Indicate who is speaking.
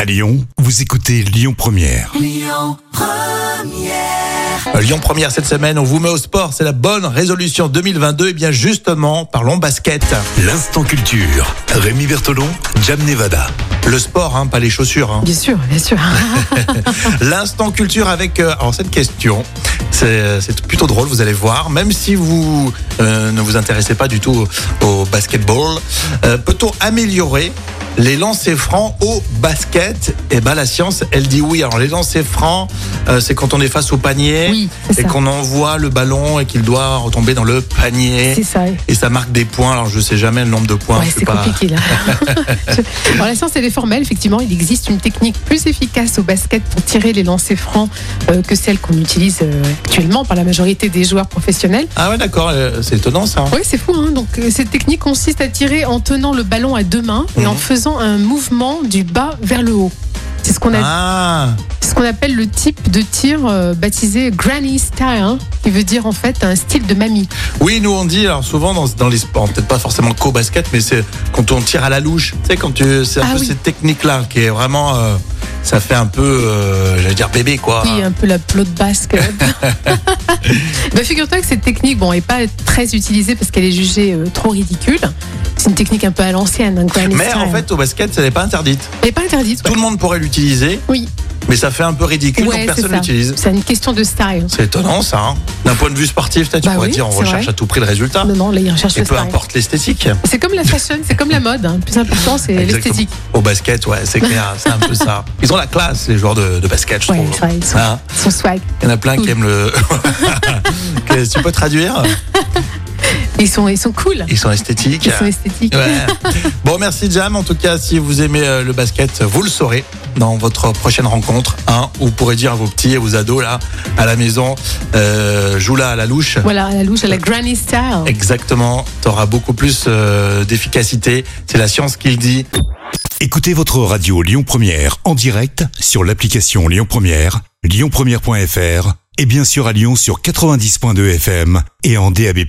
Speaker 1: À Lyon, vous écoutez Lyon Première.
Speaker 2: Euh, Lyon Première cette semaine, on vous met au sport, c'est la bonne résolution 2022. Et Eh bien justement, parlons basket.
Speaker 1: L'instant culture. Rémi Bertolon, Jam Nevada.
Speaker 2: Le sport, hein, pas les chaussures. hein.
Speaker 3: Bien sûr, bien sûr.
Speaker 2: L'instant culture avec... euh, alors cette question, c'est euh, c'est plutôt drôle, vous allez voir. Même si vous euh, ne vous intéressez pas du tout au, au basketball, euh, peut-on améliorer les lancers francs au basket Eh ben la science, elle dit oui. Alors les lancers francs, euh, c'est quand on est face au panier
Speaker 3: Ah Oui, c'est
Speaker 2: et
Speaker 3: ça.
Speaker 2: qu'on envoie le ballon et qu'il doit retomber dans le panier.
Speaker 3: C'est ça. Ouais,
Speaker 2: Et ça marque des points. Alors je sais jamais le nombre de points. je suis
Speaker 3: c'est
Speaker 2: pas-
Speaker 3: compliqué là. Je- Alors, la science, elle est formelle. Effectivement, il existe une technique plus efficace au basket pour tirer les lancers francs euh, que celle qu'on utilise euh, actuellement par la majorité des joueurs professionnels.
Speaker 2: Ah ouais, d'accord. euh, c'est étonnant ça.
Speaker 3: Oui, c'est fou. Hein Donc, euh, cette technique consiste à tirer en tenant le ballon à deux mains et en
Speaker 2: Mhm.
Speaker 3: faisant un mouvement du bas vers le haut. C'est ce qu'on a
Speaker 2: Ah.
Speaker 3: ce qu'on appelle le type de tir euh, baptisé granny style, hein, qui veut dire en fait un style de mamie.
Speaker 2: Oui, nous on dit alors souvent dans, dans les sports, peut-être pas forcément qu'au basket, mais c'est quand on tire à la louche. Tu sais, quand tu, c'est un
Speaker 3: Ah
Speaker 2: peu
Speaker 3: oui.
Speaker 2: cette technique-là qui est vraiment, euh, ça fait un peu, euh, j'allais dire bébé quoi.
Speaker 3: Oui, un peu la pelote basque. bah, Figure-toi que cette technique, bon, est pas très utilisée parce qu'elle est jugée euh, trop ridicule. C'est une technique un peu à l'ancienne, un granny
Speaker 2: mais en
Speaker 3: style.
Speaker 2: fait, au basket, ça n'est pas interdite.
Speaker 3: Elle n'est pas interdite.
Speaker 2: Tout le monde pourrait l'utiliser,
Speaker 3: Oui,
Speaker 2: mais ça fait un peu ridicule
Speaker 3: Ouais,
Speaker 2: donc
Speaker 3: c'est
Speaker 2: personne
Speaker 3: ça.
Speaker 2: l'utilise.
Speaker 3: c'est une question de style.
Speaker 2: C'est étonnant ça. hein. D'un point de vue sportif, peut-être, tu
Speaker 3: Bah
Speaker 2: pourrais
Speaker 3: oui,
Speaker 2: dire on
Speaker 3: c'est
Speaker 2: recherche
Speaker 3: vrai.
Speaker 2: à tout prix le résultat.
Speaker 3: Non, non, là, il recherche
Speaker 2: Et
Speaker 3: le
Speaker 2: peu
Speaker 3: style.
Speaker 2: importe l'esthétique.
Speaker 3: C'est comme la fashion, c'est comme la mode. hein. Le plus important, c'est
Speaker 2: Exactement.
Speaker 3: l'esthétique.
Speaker 2: Au basket, ouais, c'est clair, c'est un peu ça. Ils ont la classe, les joueurs de, de basket, je
Speaker 3: Ouais,
Speaker 2: trouve.
Speaker 3: c'est vrai, ils sont,
Speaker 2: Hein
Speaker 3: ils sont swag.
Speaker 2: Il y en a plein qui
Speaker 3: Cool.
Speaker 2: aiment le. Que- tu peux traduire
Speaker 3: Ils sont, ils sont cool.
Speaker 2: Ils sont esthétiques.
Speaker 3: Ils sont esthétiques.
Speaker 2: euh, Ouais. Bon, merci Jam. En tout cas, si vous aimez euh, le basket, vous le saurez dans votre prochaine rencontre. Hein, vous pourrez dire à vos petits et vos ados là à la maison, euh, joue là à la louche.
Speaker 3: Voilà, à la louche, à la granny style.
Speaker 2: Exactement. T'auras beaucoup plus euh, d'efficacité. C'est la science qui le dit.
Speaker 1: Écoutez votre radio Lyon Première en direct sur l'application Lyon Première, lyonpremière.fr et bien sûr à Lyon sur 90.2 FM et en DAB+.